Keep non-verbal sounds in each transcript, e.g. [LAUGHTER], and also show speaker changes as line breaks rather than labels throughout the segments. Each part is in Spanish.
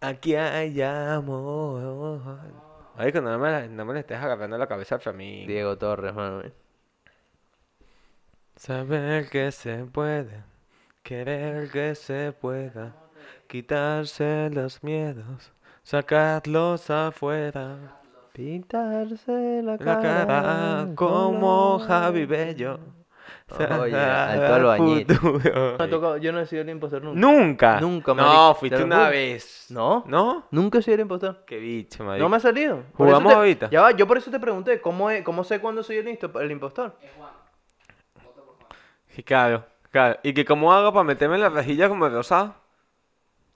Aquí hay amor. Ay, que no me, la- no me le estés agarrando la cabeza al flamingo.
Diego Torres, mano.
Saber que se puede, querer que se pueda, quitarse los miedos, sacarlos afuera.
Pintarse la
La cara como Javi Bello.
Oye,
Sacar
alto albañil.
futuro.
No, he tocado- yo no he sido el impostor nunca.
Nunca. No,
Nunca, marico,
fuiste
te lo
una
juro.
vez.
No,
¿No?
nunca he sido el impostor.
Qué bicho,
No
marico.
me ha salido. Por
Jugamos
eso te-
ahorita.
Ya va, yo por eso te pregunté, ¿cómo, es- cómo sé cuándo soy el, insto- el impostor?
Sí, Claro, claro. ¿Y que cómo hago para meterme en la rejilla como el rosado?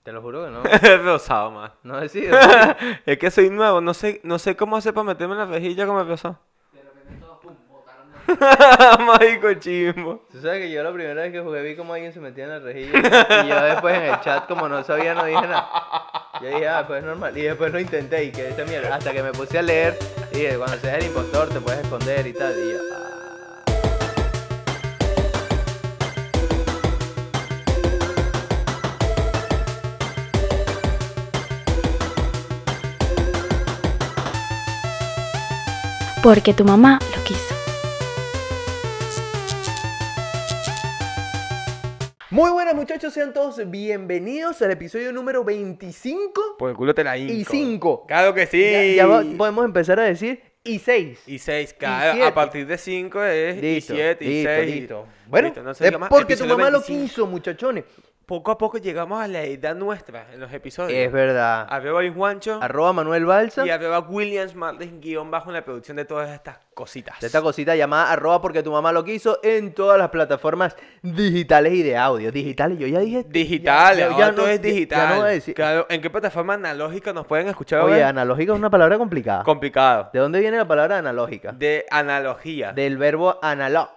Te lo juro que
[LAUGHS]
no.
El rosado, man.
[LAUGHS] No decido.
[LAUGHS] es que soy nuevo, no sé, no sé cómo hacer para meterme en la rejilla como el rosado. [LAUGHS] Mágico chimbo.
Tú sabes que yo la primera vez que jugué vi cómo alguien se metía en la rejilla. Y yo después en el chat, como no sabía, no dije nada. Yo dije, ah, pues es normal. Y después lo intenté y quedé esa mierda. Hasta que me puse a leer. Y dije, cuando seas el impostor te puedes esconder y tal. Y yo, ah.
Porque tu mamá lo quiso.
Muy buenas muchachos, sean todos bienvenidos al episodio número 25
Por el culo te la
y
hinco.
5.
Claro que sí.
Ya, ya va- podemos empezar a decir y 6.
Y 6, claro.
siete.
A partir de 5 es y 7 y 6.
Bueno, es porque tu mamá lo
quiso
quiso, muchachones.
Poco a poco llegamos a la edad nuestra en los episodios.
Es verdad.
Arriba Luis Juancho
Arroba Manuel Balsa.
Ah, y arriba Williams Martin guión bajo en la producción de todas estas cositas.
De esta cosita llamada arroba porque tu mamá lo quiso en todas las plataformas digitales y de audio. Digitales, yo ya dije.
Digital,
ya- ya-
ahora
ya
todo
no-
es
ya- ya
digital.
no voy a decir-
Claro, ¿en qué plataforma analógica nos pueden escuchar?
Oye,
ahora?
analógica es una palabra complicada.
Complicado.
¿De dónde viene la palabra analógica?
De analogía.
Del verbo analog.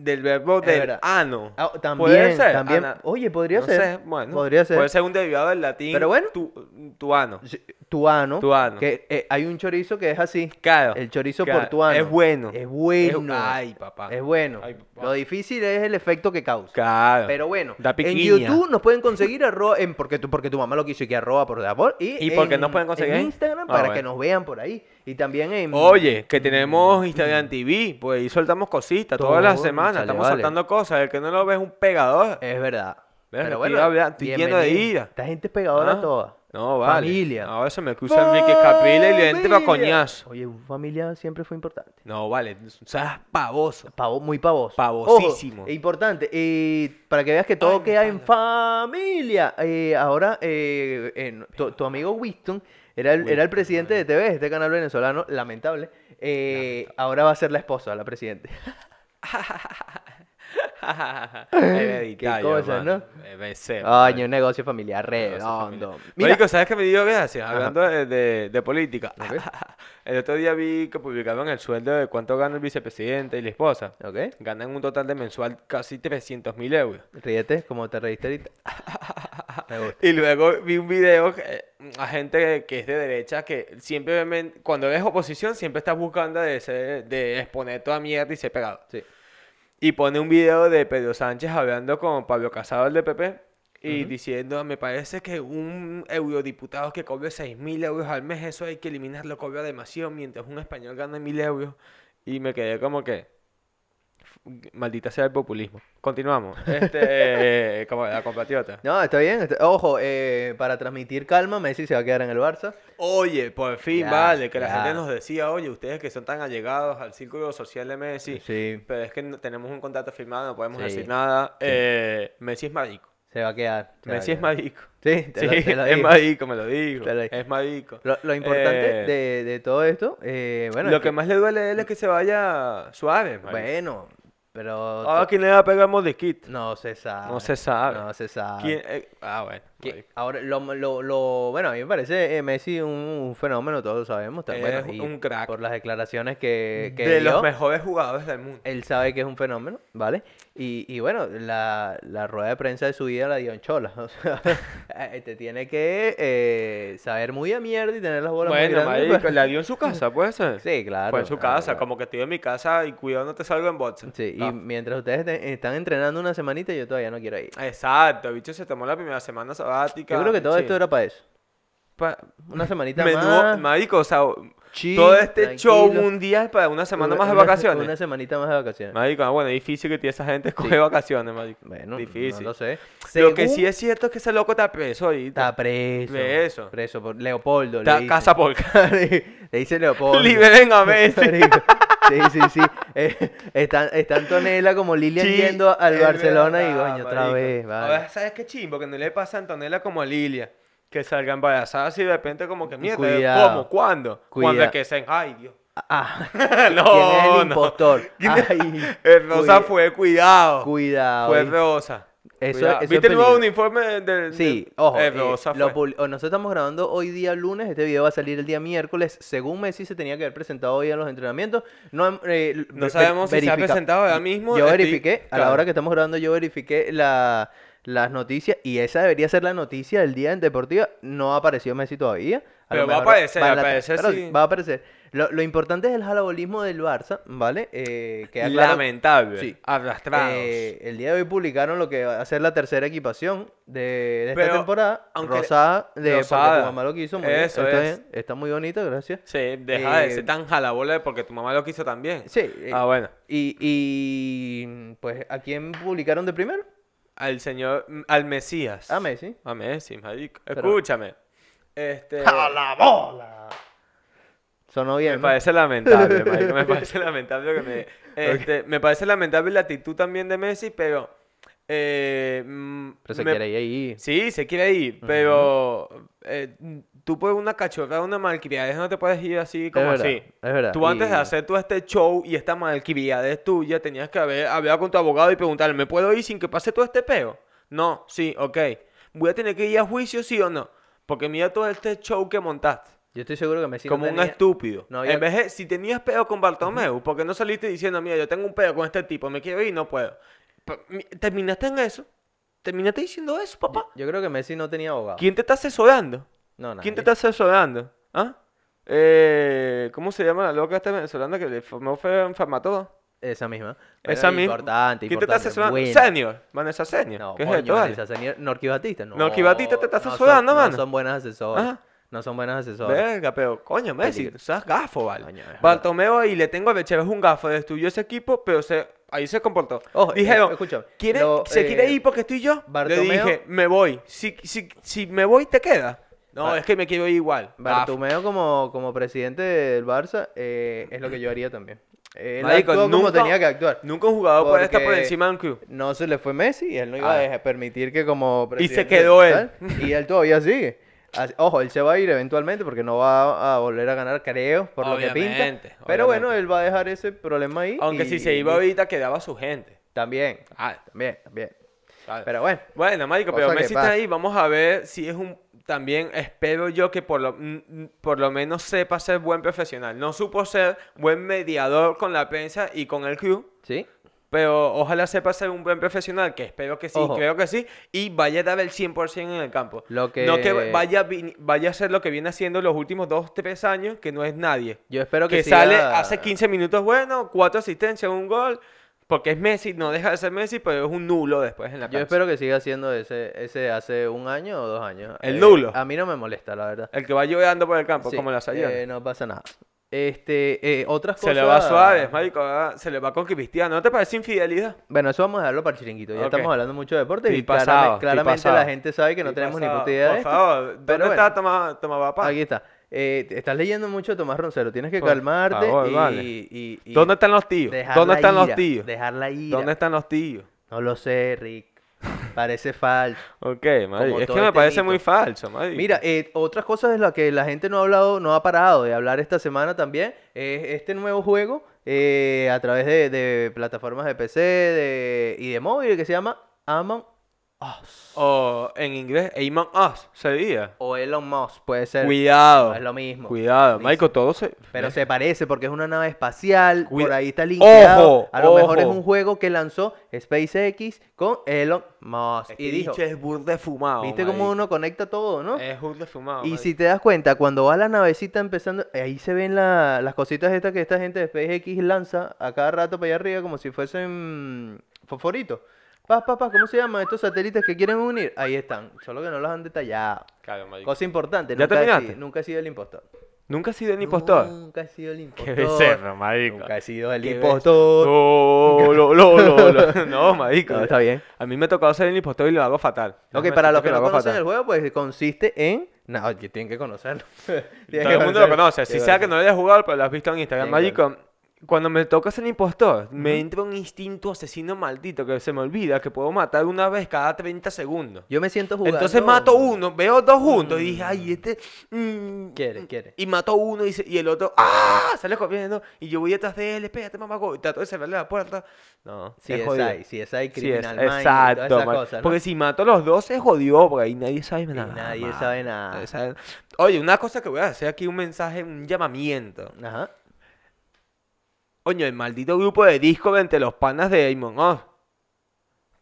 Del verbo
Es
del
verdad.
ano.
Ah, también,
Puede ser,
también.
ana-
Oye, podría
No
ser.
sé, bueno.
Podría ser.
Puede ser un derivado del latín.
Pero bueno.
Tu, tuano.
Sí, Tuano.
Tuano.
Que eh, hay un chorizo que es así.
Claro.
El chorizo
claro,
portuano.
Es bueno.
Es bueno.
Es- ay, papá.
Es bueno.
Ay, papá.
Lo difícil es el efecto que causa.
Claro.
Pero bueno,
Da
en
piquiña.
YouTube nos pueden conseguir arroba en porque tu, porque tu mamá lo quiso y que arroba por favor. Y,
¿Y por qué
en-
nos pueden conseguir?
En Instagram
Ah,
para
bueno.
que nos vean por ahí. Y también en.
Oye,
mm,
que tenemos Instagram TV, pues ahí soltamos cositas todas las
Todo,
semanas,
chale,
estamos
vale. Eh,
soltando cosas, el que no lo ve es un pegador.
Es verdad.
Ves, me estoy hablando, estoy lleno de
bienvenido.
ira.
Esta gente es pegadora
Ah,
toda.
No, vale.
Familia.
Ahora se me cruza Enrique Caprile y le entro a coñazo.
Oye, un familia siempre fue importante.
No, vale, seas pavoso.
Pavo- muy pavoso.
Pavosísimo.
Ojo, e Importante. Y para que veas que todo
Ay, me
queda en familia. Eh, ahora, eh, en- tu, tu amigo Winston era el, era el
Winston,
presidente de TV, este canal venezolano, lamentable. Eh, Ahora va a ser la esposa, la presidente.
[LAUGHS]
Qué cosa, ¿no?
Eh,
Oye, un negocio familiar redondo.
Mira,
Mira,
Marico, ¿sabes qué me dio gracias?
Ajá.
Hablando de, de- de política. [LAUGHS] el otro día vi que publicaron el sueldo de cuánto gana el vicepresidente y la esposa.
ok,
Ganan un total de mensual casi 300 mil euros.
ríete, como te reíste ahorita. [LAUGHS] Me gusta.
Y luego vi un video que, eh, a gente que es de derecha que siempre, men- cuando eres oposición, siempre estás buscando de, ser- de exponer toda mierda y ser pegado.
Sí.
Y pone un video de Pedro Sánchez hablando con Pablo Casado, el de PP, y diciendo, me parece que un eurodiputado que cobre 6.000 euros al mes, eso hay que eliminarlo, cobra demasiado, mientras un español gana 1.000 euros. Y me quedé como que, f- maldita sea el populismo. Continuamos. Este, eh, como la compatriota.
No, está bien. está- Ojo, eh, para transmitir calma, Messi se va a quedar en el Barça.
Oye, por fin,
Ya,
vale, que la gente
ya.
nos decía, oye, ustedes que son tan allegados al círculo social de Messi,
sí.
pero es que no- tenemos un contrato firmado, no podemos
Sí,
decir nada. Eh, Messi es marico.
Se va a quedar. se va a
Messi es
quedar.
marico.
Sí, te lo-
Sí,
te lo
es
digo.
marico, me lo digo.
Te lo digo.
Es marico.
Lo, lo importante
Eh,
de, de todo esto, eh, bueno,
lo
es
que más le duele a él es que se vaya suave, marico.
bueno, pero
Ahora, ¿quién le va a pegar Modesquit?
no se sabe.
Ah, No se sabe.
No se sabe.
¿Quién- eh? Ah, bueno.
Que-
marico.
Ahora, lo, lo, lo- bueno, a mí me parece eh, Messi un, un fenómeno, todos lo sabemos. tal- bueno,
Es
y
un crack.
Por las declaraciones que, que
de los
dio,
mejores jugadores del mundo.
él sabe que es un fenómeno, ¿vale? Y, y bueno, la, la rueda de prensa de su vida la dio en chola. [LAUGHS] O sea, eh, te tiene que eh, saber muy a mierda y tener las bolas muy
Bueno,
grandes,
marico,
pero-
la dio en su casa, puede ser.
pues. Sí, claro.
Fue en su
claro,
casa,
claro.
como que estoy en mi casa y cuidado no te salgo en boxer.
Sí, y
Ah,
mientras ustedes te- están entrenando una semanita, yo todavía no quiero ir.
Exacto, el bicho se tomó la primera semana sabática.
Yo creo que todo
sí.
esto era para eso.
pa-
Una semanita
menudo,
más.
marico, o sea,
chill,
todo este show
tranquilo.
mundial para una semana
Una-
más de
una-
vacaciones.
Una semanita más de vacaciones.
Marico, ah, bueno, difícil que tiene esa gente coge
Sí.
vacaciones, marico.
Bueno,
Difícil.
no lo sé.
Lo que
Según-
sí es cierto es que ese loco está preso ahorita.
Está preso.
Preso.
Preso por Leopoldo.
Está
le dicen.
casa por
le dice Leopoldo.
Liberen
[LAUGHS]
a Messi.
Marico. Sí, sí, sí. Eh, está, está Antonella como Lilian
Sí,
yendo al
es
Barcelona y
verdad,
coño, otra
marico.
vez.
A
Vale.
ver, ¿sabes qué chimbo? Que no le pasa a Antonella como a Lilia. Que salga embarazada y de repente como que mierda.
Cuidado.
¿Cómo? ¿Cuándo? Cuando
Cuidado.
es que se... Ay, Dios. [LAUGHS]
Ah,
no,
¿Quién es el
no.
impostor?
[LAUGHS] ¿Quién es-
Ay,
Eh, Rosa
cuida-
fue, cuidado.
Cuidado.
Fue
¿viste?
Rosa.
Eso-
Cuidado.
eso es
¿Viste el nuevo
peligro.
uniforme del... del-
Sí,
del-
ojo.
Eh,
eh,
Rosa
lo
fue.
pub- o nosotros estamos grabando hoy día lunes, este video va a salir el día miércoles. Según Messi se tenía que haber presentado hoy en los entrenamientos. No, han- eh, l-
No
ver-
sabemos si se ha
verifica-
presentado ahora mismo,
Yo
estoy-
verifiqué, a la
claro.
hora que estamos grabando yo verifiqué la- las noticias y esa debería ser la noticia del día en Deportiva. No ha aparecido Messi todavía.
Pero va a
mejor
aparecer,
va
al
en la-
parecer
pero
sí.
Va a aparecer. Lo, lo importante es el jalabolismo del Barça, ¿vale? Eh, queda claro
Lamentable.
Sí.
Arrastrados.
eh, el día de hoy publicaron lo que va a ser la tercera equipación de, de esta
Pero,
temporada.
aunque-
Rosada, de
Rosada.
porque tu mamá lo quiso. muy bien.
Eso
está,
es.
bien, está muy bonito, gracias.
Sí, deja de
eh,
ser tan jalabola porque tu mamá lo quiso también.
Sí. eh,
Ah, bueno.
y, y, pues, ¿a quién publicaron de primero?
Al señor, al Mesías.
A Messi.
A Messi, marico.
Pero-
Escúchame. Este.
Sonó bien.
Me
¿no?
parece lamentable, marico,
[LAUGHS]
Me parece lamentable que me. este, me parece lamentable la actitud también de Messi, pero. eh, mm,
Pero se
me-
quiere ir ahí.
Sí, se quiere ir, pero. eh, tú por una cachorra, una malcriadez, no te puedes ir así como
es verdad,
así.
Es verdad.
Tú antes de
y-
hacer todo este show y esta malcriadez tuya, tenías que haber hablado con tu abogado y preguntarle, ¿me puedo ir sin que pase todo este peo? No, sí, ok. Voy a tener que ir a juicio, sí o no. Porque mira todo este show que montaste.
Yo estoy seguro que Messi no
como un
tenía-
estúpido.
no había-
En vez de, si tenías peo con Bartomeu, ¿por qué no saliste diciendo, mira, yo tengo un peo con este tipo, me quiero ir y no puedo? Pa- mi- ¿Terminaste en eso? ¿Terminaste diciendo eso, papá?
Yo creo que Messi no tenía abogado.
¿Quién te está asesorando?
No, nadie.
¿Quién te está asesorando? ¿Ah? Eh, ¿Cómo se llama la loca esta venezolana que le formó fue enferma todo?
Esa misma. Bueno,
Esa misma.
Importante,
¿Quién te está
importante,
asesorando?
buena.
Senior. Vanessa Senior.
No,
¿Qué
coño,
es esto? vale?
Vanessa Senior- Norqui Batista, no.
Norqui Batista te está
no son-
asesorando, mano.
No son buenas asesoras.
Ah.
No son buenas asesoras.
Verga, pero coño, Messi,
Peligro.
seas gafo, vale.
Coño, es
Bartomeo y le tengo a Bechev es un gafo, destruyó ese equipo, pero se, ahí se comportó.
Ojo, eh,
Dijeron,
escúchame,
¿quiere-
lo,
¿se quiere
eh,
ir porque estoy yo?
Bartomeu-
Le dije, me voy. Si, si, si me voy, te queda. No,
Bar-
es que me quiero ir igual. Gafo.
Bartomeu como, como presidente del Barça eh, es lo que yo haría también. Él
Marico,
actuó como
nunca-
tenía que actuar.
Nunca un jugador puede estar por
Porque-
encima de un club.
No se le fue Messi y él no iba a
Ah.
dejar- permitir que como
Y se
presidente,
quedó
tal, Y él todavía sigue. Así- Ojo, él se va a ir eventualmente porque no va a volver a ganar, creo, por lo que
Obviamente,
pinta. Pero bueno,
obviamente.
él va a dejar ese problema ahí.
Aunque
y-
si se iba ahorita, quedaba su gente.
También,
Ah,
también, también.
claro.
Pero bueno,
Bueno, marico, pero
Cosa que
Messi está
pasa.
ahí. Vamos a ver si es un... También espero yo que por lo, mm, mm, por lo menos sepa ser buen profesional. No supo ser buen mediador con la prensa y con el club,
sí.
pero ojalá sepa ser un buen profesional, que espero que sí,
Ojo.
creo que sí, y vaya a dar el 100% en el campo.
Lo que-
No que vaya, vi- vaya a hacer lo que viene haciendo los últimos 2, 3 años, que no es nadie.
Yo espero que,
que sale,
siga-
hace 15 minutos bueno, cuatro asistencias, un gol, porque es Messi, no deja de ser Messi, pero es un nulo después en la
Yo
cancha.
espero que siga siendo ese, ese hace un año o dos años. Eh,
El nulo.
A mí no me molesta, la verdad.
El que va llorando por el campo,
Sí,
como la Sayona.
eh, no pasa nada. Este, eh, otras
se
cosas.
le va suave, marico, ah, se le va con Cristiano. ¿No te parece infidelidad?
Bueno, eso vamos a dejarlo para el chiringuito. Ya
Ok.
estamos hablando mucho de deporte y
Estoy pasado,
claramente,
estoy
claramente
pasado.
la gente sabe que no tenemos ni puta idea de
Por
esto.
favor, ¿dónde
pero bueno.
está Tomás Tomás Papá?
Aquí está. Eh, te- estás leyendo mucho de Tomás Roncero. Tienes que
Por
calmarte
favor,
y,
vale.
y- y
¿Dónde están los tíos?
dejar
¿Dónde
la
están los
ira,
tíos?
Dejar la ira.
¿Dónde están los tíos?
No lo sé, Rick. Parece falso.
Ok, marico. Es
Como
que
todo
me
este
parece
mito.
muy falso, marico.
Mira, eh, otras cosas de las que la gente no ha hablado, no ha parado de hablar esta semana también, es este nuevo juego eh, a través de, de plataformas de PC de- y de móvil que se llama Among Us
O en inglés, Among Us, sería.
o Elon Musk, puede ser.
Cuidado.
No es lo mismo.
Cuidado,
Dice.
marico, todo se...
Pero se parece porque es una nave espacial,
Cuida-
por ahí está linkeado.
Ojo,
a lo mejor es
ojo.
un juego que lanzó SpaceX con Elon Musk.
Este
Y dijo,
bicho es burde fumado,
¿viste cómo
marico.
uno conecta todo, no?
Es burde fumado,
Y
marico.
si te das cuenta, cuando va la navecita empezando, ahí se ven la- las cositas estas que esta gente de SpaceX lanza a cada rato para allá arriba como si fuesen fosforitos. Pa, pa, pa, ¿cómo se llaman estos satélites que quieren unir? Ahí están, solo que no los han detallado.
Claro, marico.
Cosa importante,
¿Ya
nunca he,
terminaste?
sido, nunca he sido el impostor.
Nunca has sido el impostor.
Nunca he sido el
Qué
impostor.
becerro, marico.
Nunca he sido el
Qué
impostor.
No, lo, lo, lo,
[LAUGHS]
lo. No, marico.
No, está bien.
A mí me ha tocado ser el impostor y lo hago fatal.
Ok,
Me
para los
siento
que no
lo hago
conocen el
fatal.
juego, pues consiste en... No, que tienen que conocerlo. [LAUGHS] Tienen que
Todo el mundo lo
conocerlo.
conoce. Si
Tienen
sea que no lo hayas jugado, pero lo has visto en Instagram.
Sí,
Marico, cuando me toca ser impostor, me
Ujú.
entra un instinto asesino maldito que se me olvida que puedo matar una vez cada 30 segundos.
Yo me siento jugando...
Entonces mato uno, veo dos juntos y dije, ay, este. mm,
Quiere,
mm".
quiere.
Y mato uno y, se- y el otro, ¡ah! Sale corriendo y yo voy detrás de él, espérate, mamá, y trato de cerrarle la puerta. No,
Si
es
es
jodido.
ahí, si es ahí,
Sí, es-
criminal Minds y todas
exacto,
esas
man.
cosas, ¿no?
Porque si mato a los dos se jodió, porque ahí nadie sabe
Y
nada.
nadie
man.
sabe nada.
Nadie sabe- Oye, una cosa que voy a hacer aquí, un mensaje, un llamamiento.
Ajá.
Oño, el maldito grupo de Discord entre los panas de Amon Oz.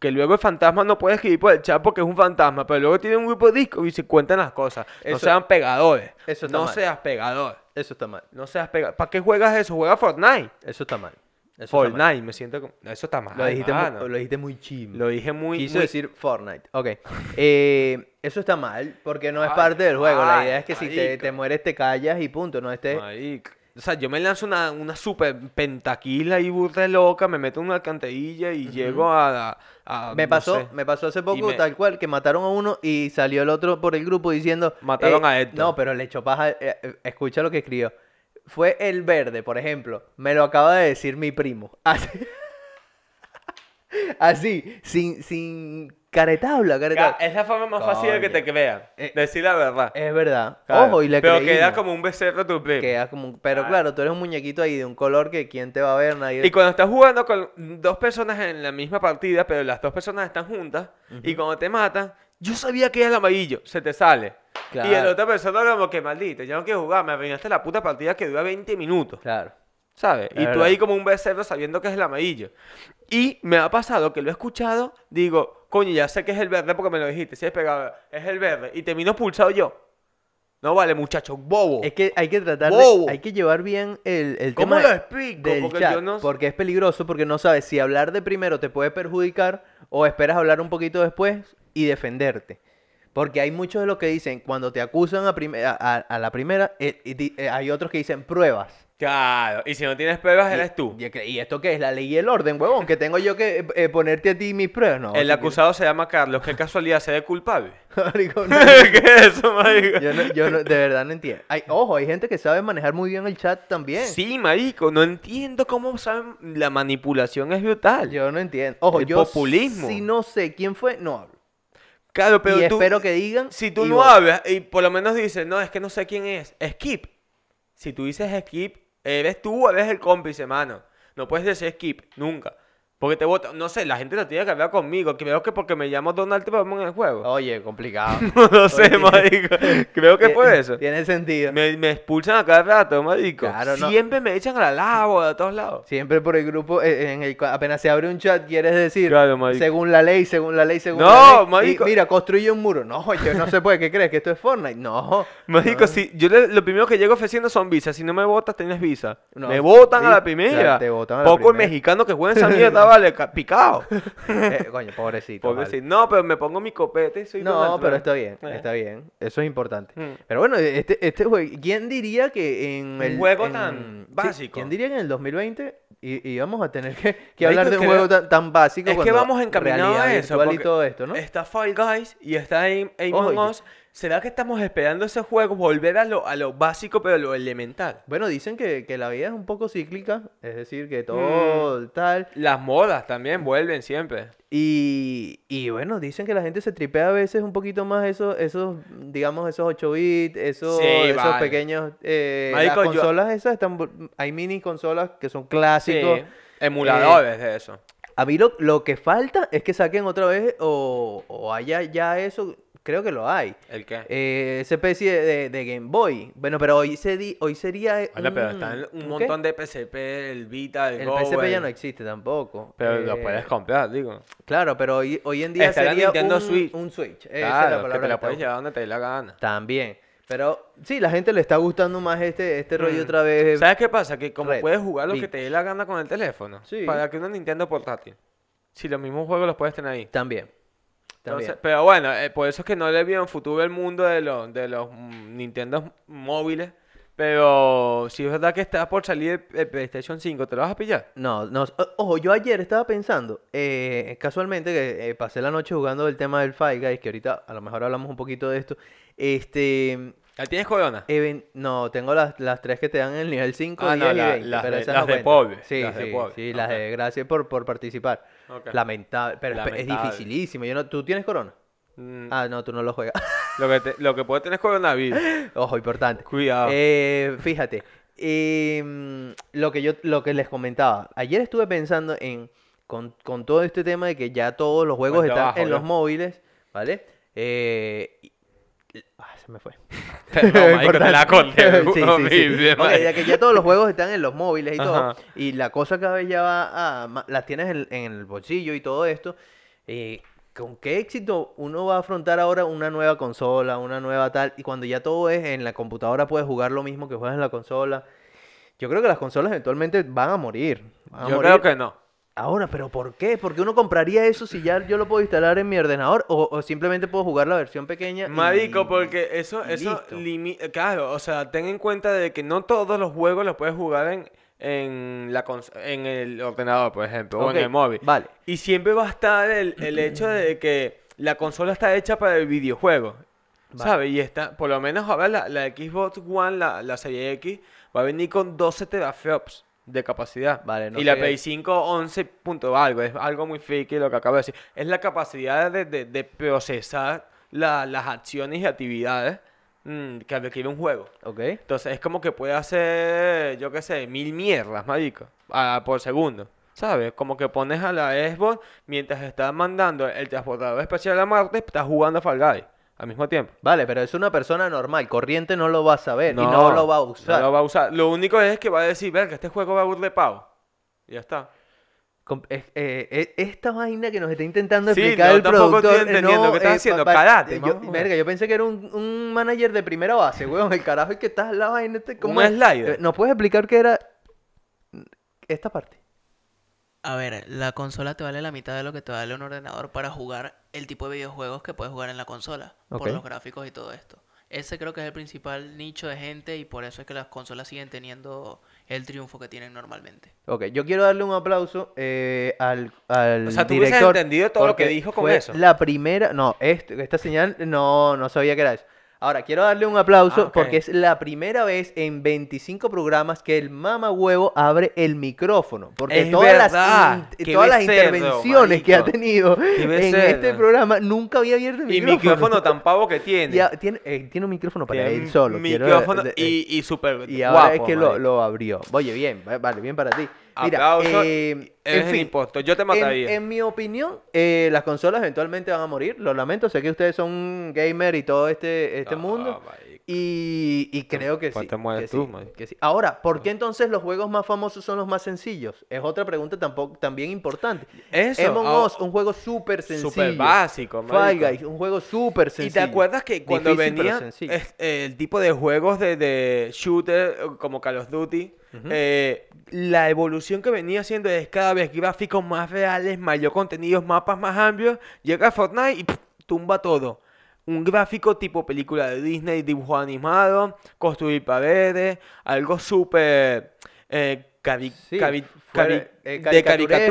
Que luego el fantasma no puede escribir por el chat porque es un fantasma, pero luego tiene un grupo de Discord y se cuentan las cosas. no
Eso-
sean pegadores.
eso está
no
mal.
seas pegador.
Eso está mal.
No seas pegador. ¿Para qué juegas eso? Juega Fortnite.
Eso está mal. Eso está mal.
Fortnite, me siento como... Eso está mal.
Lo dijiste,
mano.
muy, lo dijiste muy chimbo.
Lo dije muy...
Quiso
muy-
decir Fortnite. Ok. Eh, eso está mal porque no es
Ay,
parte del juego. La
ay,
idea es que si te,
marico.
te mueres te callas y punto. No estés...
Marico. O sea, yo me lanzo una, una super pentaquila y burda loca, me meto en una alcantarilla y llego a, a- a-
me
Ah, no
pasó,
sé.
me pasó hace poco
Dime.
tal cual que mataron a uno y salió el otro por el grupo diciendo
Mataron
eh,
a Héctor.
No, pero le echó paja, eh, eh, escucha lo que escribió. Fue el verde, por ejemplo. Me lo acaba de decir mi primo. [LAUGHS] Así. Así, sin sin caretabla,
Ca-
caretabla.
Es la forma más fácil de que
Coño.
te vean.
Eh,
Decir la verdad.
Es verdad.
Claro.
Ojo, y le
Pero
creímos.
queda como un becerro tu primo.
Queda como un- Pero
Ah.
claro, tú eres un muñequito ahí de un color que quién te va a ver, nadie.
Y cuando estás jugando con dos personas en la misma partida, pero las dos personas están juntas, y cuando te matan, yo sabía que era el amarillo, se te sale. Y el
Claro.
otra persona como que maldito, yo no quiero jugar, me arruinaste la puta partida que dura 20 minutos.
Claro.
¿Sabes? Y tú
verdad.
ahí como un becerro sabiendo que es el amarillo. Y me ha pasado que lo he escuchado, digo, coño, ya sé que es el verde porque me lo dijiste, si es pegado, es el verde. Y termino pulsado yo. No vale, muchacho, bobo.
Es que hay que tratar de-
Bobo.
hay que llevar bien el, el
¿Cómo
tema
lo
de-
explico?
del
Porque
chat,
yo no-
porque es peligroso, porque no sabes si hablar de primero te puede perjudicar o esperas hablar un poquito después y defenderte. Porque hay muchos de los que dicen, cuando te acusan a, prim- a, a- a la primera, eh, y di- eh, hay otros que dicen pruebas.
Claro, y si no tienes pruebas,
Y-
Ah, eres tú.
¿Y, que- ¿y esto qué es? ¿La ley y el orden, huevón? ¿Que tengo yo que eh, eh, ponerte a ti mis pruebas? No.
El
si
acusado se llama Carlos. Qué casualidad, se ve
[LAUGHS]
culpable.
quieres- [LAUGHS] Marico,
[LAUGHS]
no.
¿Qué es eso, marico?
Yo, no- yo no- de verdad no entiendo. Hay, ojo, hay gente que sabe manejar muy bien el chat también.
Sí, marico. No entiendo cómo saben. La manipulación es brutal.
Yo no entiendo. Ojo,
El
yo
populismo.
si no sé quién fue, no hablo.
claro, pero
y
tú.
espero que digan.
Si tú
y
no
voy.
hablas y por lo menos dices, no, es que no sé quién es. Skip. Si tú dices skip, eres tú o eres el cómplice, mano. No puedes decir skip, nunca. Porque te vota. No sé, la gente no tiene que hablar conmigo. Creo que porque me llamo Donald Trump en el juego.
Oye, complicado.
[LAUGHS] No, sé,
Oh. Oye,
marico. Creo que
Tie-
fue eso.
Tiene sentido.
Me, me expulsan a cada rato, marico.
Claro, no.
Siempre me echan a la lava de todos lados.
Siempre por el grupo, eh, en el, cu- apenas se abre un chat, quieres decir,
Claro, marico.
según la ley, según la ley, según
No,
la ley. Y
marico.
mira, construye un muro. No, oye, no se puede. ¿Qué crees? ¿Que esto es Fortnite?
[LAUGHS]
No.
Marico,
no.
si yo le- lo primero que llego ofreciendo son visas. Si no me votas, tienes visa.
No,
me votan a
sí,
la primera.
claro, te botan a la
Poco
primera.
el mexicano que
[LAUGHS]
juega en esa mierda, vale, ca- picado.
Eh, coño, pobrecito.
Porque
vale.
si no, pero me pongo mi copete y soy
No,
Donald
pero
Trump.
está bien,
Eh.
está bien. Eso es importante.
Mm.
Pero bueno, este, este juego, ¿quién diría que en
Un
el...
juego
en-
tan
sí,
básico.
¿Quién diría que en el 2020 y, íbamos a tener que, que
Marico,
hablar de un
creo-
juego tan, tan básico?
Es que
cuando
vamos encaminados a
realidad
eso.
virtual y
porque
todo esto, ¿no?
Está Fall Guys y está Aim- Among
Oye.
Us. ¿Será que estamos esperando ese juego volver a lo, a lo básico, pero a lo elemental?
Bueno, dicen que, que la vida es un poco cíclica, es decir, que todo
Mm.
tal.
Las modas también vuelven siempre.
Y, y bueno, dicen que la gente se tripea a veces un poquito más esos, esos digamos, esos 8 bits, esos,
Sí,
esos
vale.
pequeños... eh,
Marico,
las
yo-
consolas esas están... bu- Hay mini consolas que son clásicos. eh,
Emuladores de eso.
A mí lo, lo que falta es que saquen otra vez o, o haya ya eso, creo que lo hay.
¿El qué?
Eh, esa especie de, de Game Boy. Bueno, pero hoy, se di- hoy sería... eh,
Hola, pero están un
¿un qué?
montón de PSP, el Vita, el,
El
Go,
PSP ya
el-
no existe tampoco.
Pero lo
Eh,
puedes comprar, digo.
Claro, pero hoy, hoy en día
Está la
sería
Nintendo
un
Switch.
Un Switch. Esa es la
Claro, que te
palabra que
la
estaba
puedes llevar donde te dé la gana.
buscando. También. Pero sí, la gente le está gustando más este, este rollo otra vez.
Mm. ¿Sabes qué pasa? Que como
Red,
puedes jugar lo que
Beat.
te dé la gana con el teléfono,
Sí.
para que una Nintendo portátil. Si los mismos juegos los puedes tener ahí.
También.
Entonces,
También.
pero bueno, eh, por eso es que no le vieron futuro el mundo de los, de los mm, Nintendo móviles. Pero si es verdad que está por salir el, el PlayStation 5, ¿te lo vas a pillar?
No, no, o- ojo, yo ayer estaba pensando, eh, casualmente que eh, pasé la noche jugando el tema del Fall Guys, que ahorita a lo mejor hablamos un poquito de esto. Este,
¿La tienes corona?
even- no, tengo las, las tres que te dan en el nivel 5,
Ah,
10
no,
y
la-
20,
las
pero
de-
esas
las
no
de
cuentan.
Pobre,
Sí,
las de
sí,
Pobre,
sí, las
ok.
de gracias por, por participar.
Ok.
Lamentable, pero es-
Lamentable.
es dificilísimo, yo no, ¿tú tienes corona?
Mm,
Ah, no, tú no lo juegas. [LAUGHS]
Lo que, te- lo que puede tener es coronavirus.
Ojo, importante.
Cuidado.
Eh, fíjate, em, lo que yo, lo que les comentaba, ayer estuve pensando en, con, con todo este tema de que ya todos los juegos
Cuesta
están
abajo,
en los
¿no?
móviles, ¿vale? Eh, y- y- ah, se me fue.
[LAUGHS] no, marico, te la conté.
[LAUGHS] Sí, sí, sí.
horrible,
Ok,
marico.
ya que ya todos los juegos están en los móviles y todo,
Ajá.
y la cosa cada vez ya va a... ma- las tienes en, en el bolsillo y todo esto, eh, ¿con qué éxito uno va a afrontar ahora una nueva consola, una nueva tal? Y cuando ya todo es en la computadora puedes jugar lo mismo que juegas en la consola. Yo creo que las consolas eventualmente van a morir. van a
Yo
morir.
creo que no.
Ahora, ¿pero por qué? ¿Por qué uno compraría eso si ya yo lo puedo instalar en mi ordenador? O, o simplemente puedo jugar la versión pequeña. y-
Marico, porque eso,
y
eso
listo.
limi- Claro, o sea, ten en cuenta de que no todos los juegos los puedes jugar en, en, la cons- en el ordenador, por ejemplo, o en
Ok,
el móvil.
Vale.
Y siempre va a estar el, el hecho de que la consola está hecha para el videojuego.
Vale.
¿Sabes? Y está, por lo menos ahora la, la Xbox One, la, la serie X, va a venir con 12 teraflops de capacidad.
Vale, no
y la
sería-
Play 5, 11 punto algo. Es algo muy freaky lo que acabo de decir. Es la capacidad de, de- de procesar la- las acciones y actividades mm, que requiere un juego.
Ok.
Entonces es como que puede hacer, yo qué sé, mil mierdas, marico, a- por segundo. ¿Sabes? Como que pones a la Xbox mientras estás mandando el transportador especial a Marte, estás jugando a Fall Guys al mismo tiempo.
Vale, pero es una persona normal, corriente no lo va a saber Eh, y no lo va a
no
usar.
lo va a usar. Lo único es que va a decir, verga, este juego va a burlar de pavo. Y Ya está.
Com- es- eh, eh, esta vaina que nos está intentando
Sí,
explicar
no,
el
tampoco
productor.
estoy
eh,
entendiendo,
no,
¿qué estás
pa-
haciendo?
pa-
Karate,
eh,
mamá,
yo,
joder.
verga, yo pensé que era un, un manager de primera base, weón. El carajo es que estás la vaina. Este, ¿cómo
Un
es?
slider.
Eh, ¿Nos puedes explicar qué era esta parte?
A ver, la consola te vale la mitad de lo que te vale un ordenador para jugar el tipo de videojuegos que puedes jugar en la consola,
Ok.
por los gráficos y todo esto. Ese creo que es el principal nicho de gente y por eso es que las consolas siguen teniendo el triunfo que tienen normalmente.
Ok, yo quiero darle un aplauso eh, al, al
O sea, tú hubieses
director.
entendido todo lo que
porque
dijo con
fue
eso.
La primera, no, esto- esta señal no, no sabía que era eso. Ahora, quiero darle un aplauso
Ah, ok.
porque es la primera vez en 25 programas que el mama huevo abre el micrófono. Porque
Es
todas las,
verdad,
in-
qué
todas las
becerro,
intervenciones que ha
marico.
tenido en
becerro.
este programa nunca había abierto el
Y
micrófono.
micrófono
[LAUGHS]
tan pavo que tiene.
Ya, tiene, eh, tiene un micrófono para
Tiene
él solo. quiero-
Micrófono
de- eh,
y, y súper
y ahora
guapo,
es que lo,
marico.
lo abrió. Oye, bien, va- vale, bien para ti. Mira,
Aplauso,
eh,
eres
en
el
fin,
impostor. Yo te
en,
mataría.
en mi opinión, eh, las consolas eventualmente van a morir. Lo lamento, sé que ustedes son gamer y todo este, este
No, Ah,
mundo.
marico.
Y,
Pues
y creo que sí.
¿Cuánto mueres
que
tú,
sí,
marico?
que sí. Ahora, ¿por qué entonces los juegos más famosos son los más sencillos? Es otra pregunta tampoco, también importante.
Eso,
Among
ah,
Us, un juego súper sencillo.
Súper básico,
Fall
marico.
Guys, un juego súper
¿Y
sencillo.
te acuerdas que cuando
Difícil, pero
venía
sencillo.
es- eh, el tipo de juegos de, de shooter eh, como Call of Duty, eh, la evolución que venía haciendo es cada vez gráficos más reales, mayor contenidos, mapas más amplios, llega Fortnite y pff, tumba todo. Un gráfico tipo película de Disney, dibujo animado, construir paredes, algo súper... eh, cari-
Sí,
cari-
fuera-
cari-
eh,
de caricatura,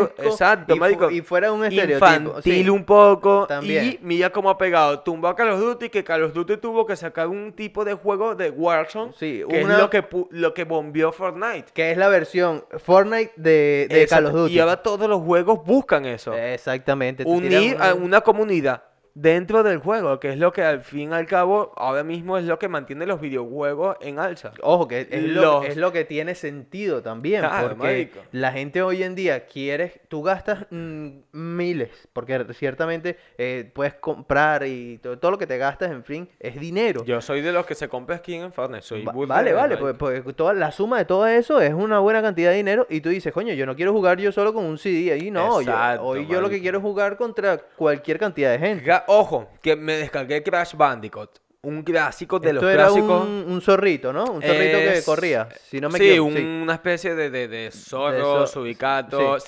caricaturesco
exacto,
y fu-
marico.
y fuera un estereotipo,
infantil
sí.
un poco,
También.
y mira cómo ha pegado. Tumbó a Call of Duty, que Call of Duty tuvo que sacar un tipo de juego de Warzone,
Sí,
que
una-
es lo que, pu- lo que bombeó Fortnite.
Que es la versión Fortnite de, de Call
Exacto,
of Duty.
Y ahora todos los juegos buscan eso.
Exactamente. te tiran
unir
una-
a una comunidad dentro del juego, que es lo que al fin y al cabo ahora mismo es lo que mantiene los videojuegos en alza.
Ojo, que es, lo,
Los-
es lo que tiene sentido también,
Claro,
porque
marico.
la gente hoy en día quiere, tú gastas mm, miles, porque ciertamente eh, puedes comprar y to- todo lo que te gastas, en fin, es dinero.
Yo soy de los que se compra skin en Fortnite, soy
Va-
burda
vale,
de
vale,
marico.
pues, pues toda la suma de todo eso es una buena cantidad de dinero y tú dices, coño, yo no quiero jugar yo solo con un CD ahí, no, yo-
Exacto,
hoy yo lo que
marico.
pues. quiero es jugar contra cualquier cantidad de gente.
Ga- Ojo, que me descargué Crash Bandicoot. un clásico de
Esto
los
era un,
clásicos.
un zorrito, ¿no? Un zorrito que
Es-
corría, si no me
sí,
equivoco.
un- una especie de, de, de zorro,
zo-
subicato,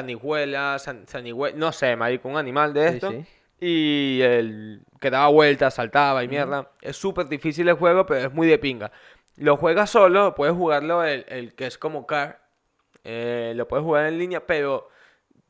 saniguela, san, sanigüe- no sé, marico, un animal de
Sí,
esto.
sí.
Y el que daba vueltas, saltaba y mierda. Es súper difícil el juego, pero es muy de pinga. Lo juegas solo, puedes jugarlo el, el que es como car. eh, lo puedes jugar en línea, pero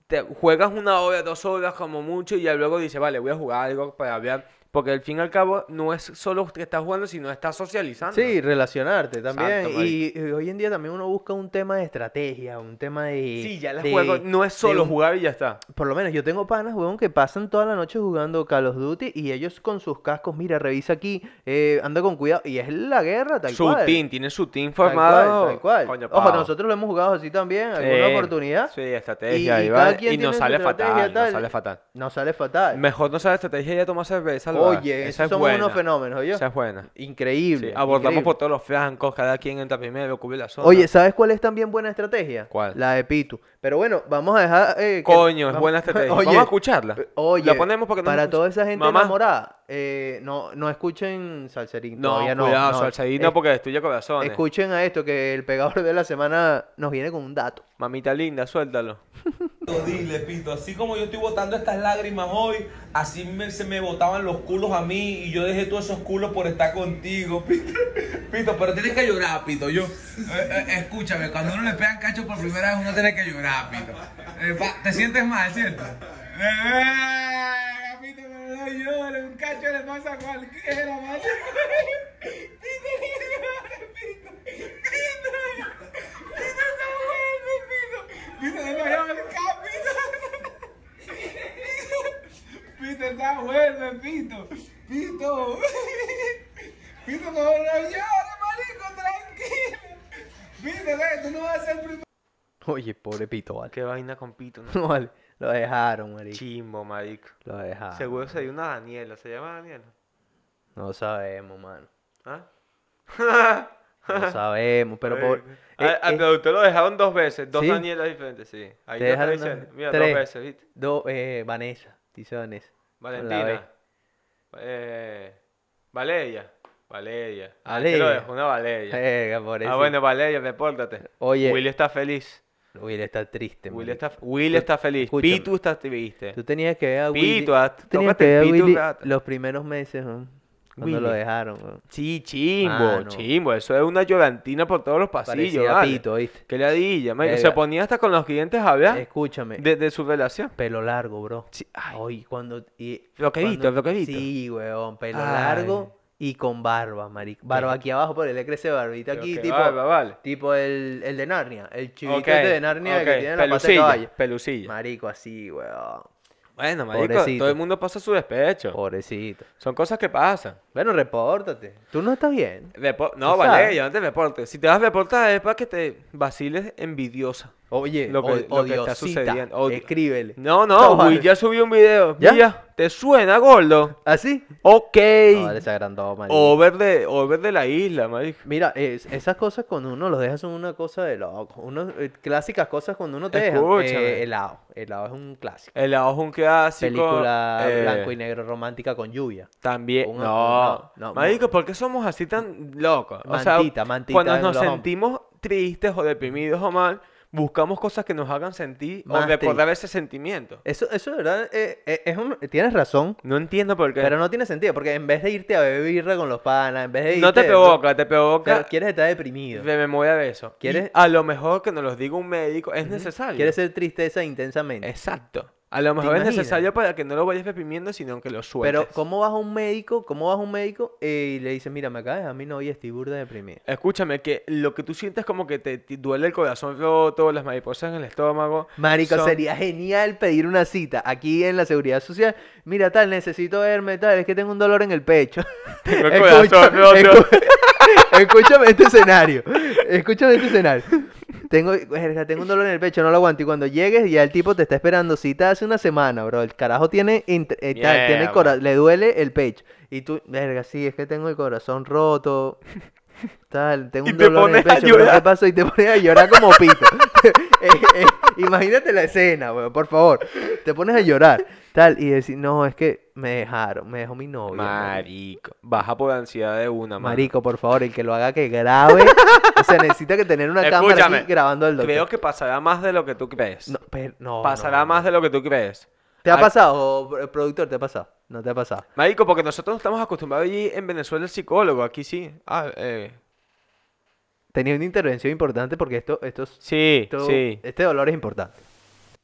te juegas una hora, dos horas como mucho y ya luego dices, vale, voy a jugar algo para hablar. Porque al fin y al cabo no es solo que estás jugando, sino estás socializando.
Sí, relacionarte también.
Exacto,
y, y hoy en día también uno busca un tema de estrategia, un tema de.
Sí, ya el
de-
juego no es
de
solo
un-
jugar y ya está.
Por lo menos yo tengo panas, weón, que pasan toda la noche jugando Call of Duty y ellos con sus cascos, mira, revisa aquí, eh, anda con cuidado. Y es la guerra, tal
su
cual.
team, tiene su team
Tal cual,
formado.
Tal cual.
Coño,
Ojo,
pavo.
nosotros lo hemos jugado así también, alguna
Sí,
oportunidad.
Sí, estrategia,
Y-
y,
y
va-
cada quien
y
tiene
nos
su
sale
estrategia,
fatal, nos
tal.
sale fatal.
Nos sale fatal.
Mejor no sabe estrategia y ya tomar cerveza. al bar.
Oye,
esa
esos
es
son
buena.
unos fenómenos, oye.
Esa es buena.
Increíble.
Sí, abordamos
increíble.
por todos los flancos, cada quien entra primero, cubre la zona.
Oye, ¿sabes cuál es también buena estrategia?
¿Cuál?
La de Pitu. Pero bueno, vamos a dejar. eh, que-
coño, es
vam- [LAUGHS]
buena estrategia.
Oye,
Vamos a escucharla.
Oye,
la ponemos porque no
para
hemos
toda esa gente
Mamá.
enamorada, eh, no, no escuchen Salserín.
No,
todavía no,
cuidado,
no.
salsadito,
Es-
porque destruye corazones.
Escuchen a esto, que el pegador de la semana nos viene con un dato. [LAUGHS]
Mamita linda, suéltalo.
Pito, Dile, Pito, así como yo estoy botando estas lágrimas hoy, así me- se me botaban los culos a mí y yo dejé todos esos culos por estar contigo, [LAUGHS] Pito. Pito, pero tienes que llorar, Pito. Yo, eh, eh, escúchame, cuando uno le pegan cacho por primera vez, uno tiene que llorar, Pito. Eh, pa- te sientes mal, ¿cierto? Eh, Pito, pero no llores, un cacho le pasa a cualquiera, macho. [LAUGHS] Pito, no llores, Pito. Pito, Pito, está bueno, Pito. Pito, no lo llames, Pito. Pito está bueno, Pito. Pito. Pito, no lo llores, marico, tranquilo. Pito, güey, tú no vas a ser el primero.
Oye, pobre Pito, vale.
Qué vaina con pito, ¿no?
No, [LAUGHS] vale. Lo dejaron,
[LAUGHS]
marico.
Chimbo, marico.
Lo dejaron.
Seguro se dio una Daniela. ¿Se llama Daniela?
No
[LAUGHS]
sabemos, mano.
¿Ah? [LAUGHS]
No sabemos, pero por.
Al,
eh,
al
eh,
productor ah, lo dejaron dos veces, dos
¿Sí?
Danielas diferentes, sí. Ahí lo está
Te dejaron
diciendo.
dos-
Mira,
tres.
dos veces, ¿viste?
do- eh, Vanessa, dice Vanessa. Con la B.
Valentina. Eh, Valeria. Valeria. Ah, te
Valeria.
lo dejo, una Valeria.
Venga,
ah,
pobrecito.
bueno, Valeria, repórtate.
Oye.
Willy está feliz.
Willy está triste,
Willy
marico.
está, Willy
Tú-
está feliz.
escúchame.
Pitu está triste.
Tú tenías que ver a Willy.
Pito, ah,
tú tenías que
tócate el
ver a
pito un
Willy
rato.
los primeros meses, ¿no? cuando lo
Willy.
dejaron. ¿no?
Sí, chimbo,
Mano.
chimbo. Eso es una llorantina por todos los pasillos.
Parecía
vale.
Pito, ¿viste?
Qué ladilla. marico. Se
Verga.
ponía hasta con los clientes a hablar
Escúchame,
de, de su relación.
pelo largo, bro.
Sí, ay.
Ay, cuando... Y,
Bloqueadito,
cuando-
bloqueadito.
Sí, weón, pelo
Ay.
largo y con barba, marico. Barba aquí abajo, pero le crece barbita aquí,
Ok,
tipo...
vale, vale.
Tipo el, el de Narnia, el chivito
Ok,
este de Narnia que
ok,
tiene la pata de
pelucilla,
caballo.
pelucilla.
Marico, así, weón.
Bueno, marico,
Pobrecito.
todo el mundo pasa su despecho.
Pobrecito.
Son cosas que pasan.
Bueno, repórtate. Tú no estás bien.
Depo- no,
Tú
vale,
sabes.
ya no te reportes. Si te vas a reportar es para que te vaciles envidiosa.
Oye,
Lo que-
o-
lo que está
odiosita,
sucediendo, odio.
Escríbele.
No, no,
No,
Will
vale.
ya subió un video.
¿Ya?
Mira, ¿te suena, gordo?
¿Así?
Ok.
No, él se agrandó, marico.
over, de, over de la isla, marico.
Mira, es- esas cosas cuando uno los deja son una cosa de loco. Uno, eh, clásicas cosas cuando uno te deja.
Escúchame.
Eh, helado. Helado es un clásico.
El ojo un clásico.
Película
eh,
blanco y negro romántica con lluvia.
También,
Un-
no.
no, no,
Marico, ¿por qué somos así tan locos?
Mantita, mantita
Cuando
en
nos
los hombros.
sentimos tristes o deprimidos o mal, buscamos cosas que nos hagan sentir o
Más
recordar ese sentimiento.
Eso, eso de verdad, eh, eh, es un- tienes razón,
No entiendo por qué.
pero no tiene sentido. Porque en vez de irte a beber birra con los panas, en vez de irte...
No te provoca, te
pero
provoca
quieres estar deprimido.
de memoria de eso. Y
¿Quieres-
A lo mejor que nos lo diga un médico es necesario.
Quieres ser tristeza intensamente.
Exacto. A lo mejor es
imaginas?
necesario para que no lo vayas reprimiendo, sino que lo sueltes.
Pero, ¿cómo vas a un médico? ¿Cómo vas a un médico eh, y le dices, mira, me acabas a mi novia, estoy burda deprimida?
Escúchame, que lo que tú sientes como que te, te duele el corazón roto, las mariposas en el estómago.
Marico,
son-
sería genial pedir una cita aquí en la seguridad social. Mira, tal, necesito verme, tal, es que tengo un dolor en el pecho.
[LAUGHS] Tengo el
Escucha-
corazón roto.
escu- [LAUGHS] escúchame este escenario. Escúchame este escenario. Tengo, verga, tengo un dolor en el pecho, no lo aguanto. Y cuando llegues, ya el tipo te está esperando. Cita hace una semana, bro. El carajo tiene, int- eh, tal, tiene
Mierda. [LAUGHS]
cora- le duele el pecho. Y tú, verga, sí, es que tengo el corazón roto. tal, tengo
Y
un
te
dolor en el
pones a
pecho, pero ¿qué
llorar.
pasó? Y te pones a llorar como pito. [LAUGHS] Eh, eh, imagínate la escena, weón, por favor. Te pones a llorar, tal, y decir, no, es que me dejaron, me dejó mi novia. ¿no?
Marico. Baja por ansiedad de una, mano.
Marico, por favor, el que lo haga que grabe. o sea, necesita que
[LAUGHS]
tener una cámara
Escúchame,
aquí grabando el doctor.
Creo que pasará más de lo que tú crees.
No, pero- no,
pasará
no, no.
más de lo que tú crees.
¿Te ha
Ay.
pasado, pro- productor? ¿Te ha pasado? No te ha pasado.
Marico, porque nosotros no estamos acostumbrados allí en Venezuela el psicólogo. Aquí sí. Ah, eh.
Tenía una intervención importante porque esto, esto, es-
Sí,
esto-
sí.
este dolor es importante.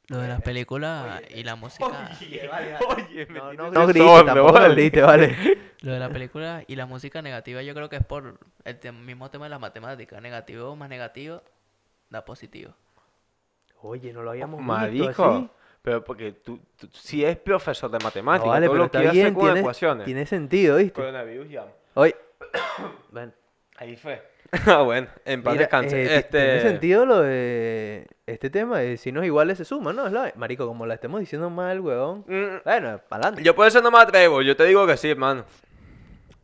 Lo de las películas y la música.
[LAUGHS] Oye, me
No,
tienes
no
sordo,
grites, tampoco
vale.
grites,
[LAUGHS]
vale.
Lo de la película y la música negativa, yo creo que es por el te- mismo tema de las matemáticas. Negativo más negativo da positivo.
Oye, no lo habíamos visto
Marico.
así.
Pero porque tú, tú- si es profesor de
No,
matemáticas,
vale,
Ah, todo
pero
lo que
está
hace
bien,
con
tiene,
ecuaciones.
tiene sentido, ¿viste?
[LAUGHS] Coronavirus ya. [COUGHS]
Oye, [COUGHS] bueno,
Ahí fue. ah, bueno, en paz
mira,
descanse.
eh, ti-
este...
tiene sentido lo de este tema de si nos iguales se suman, ¿no? Es la- Marico, como la estemos diciendo mal, huevón.
Mm,
Bueno, para adelante.
Yo por eso no me atrevo, yo te digo que sí, hermano.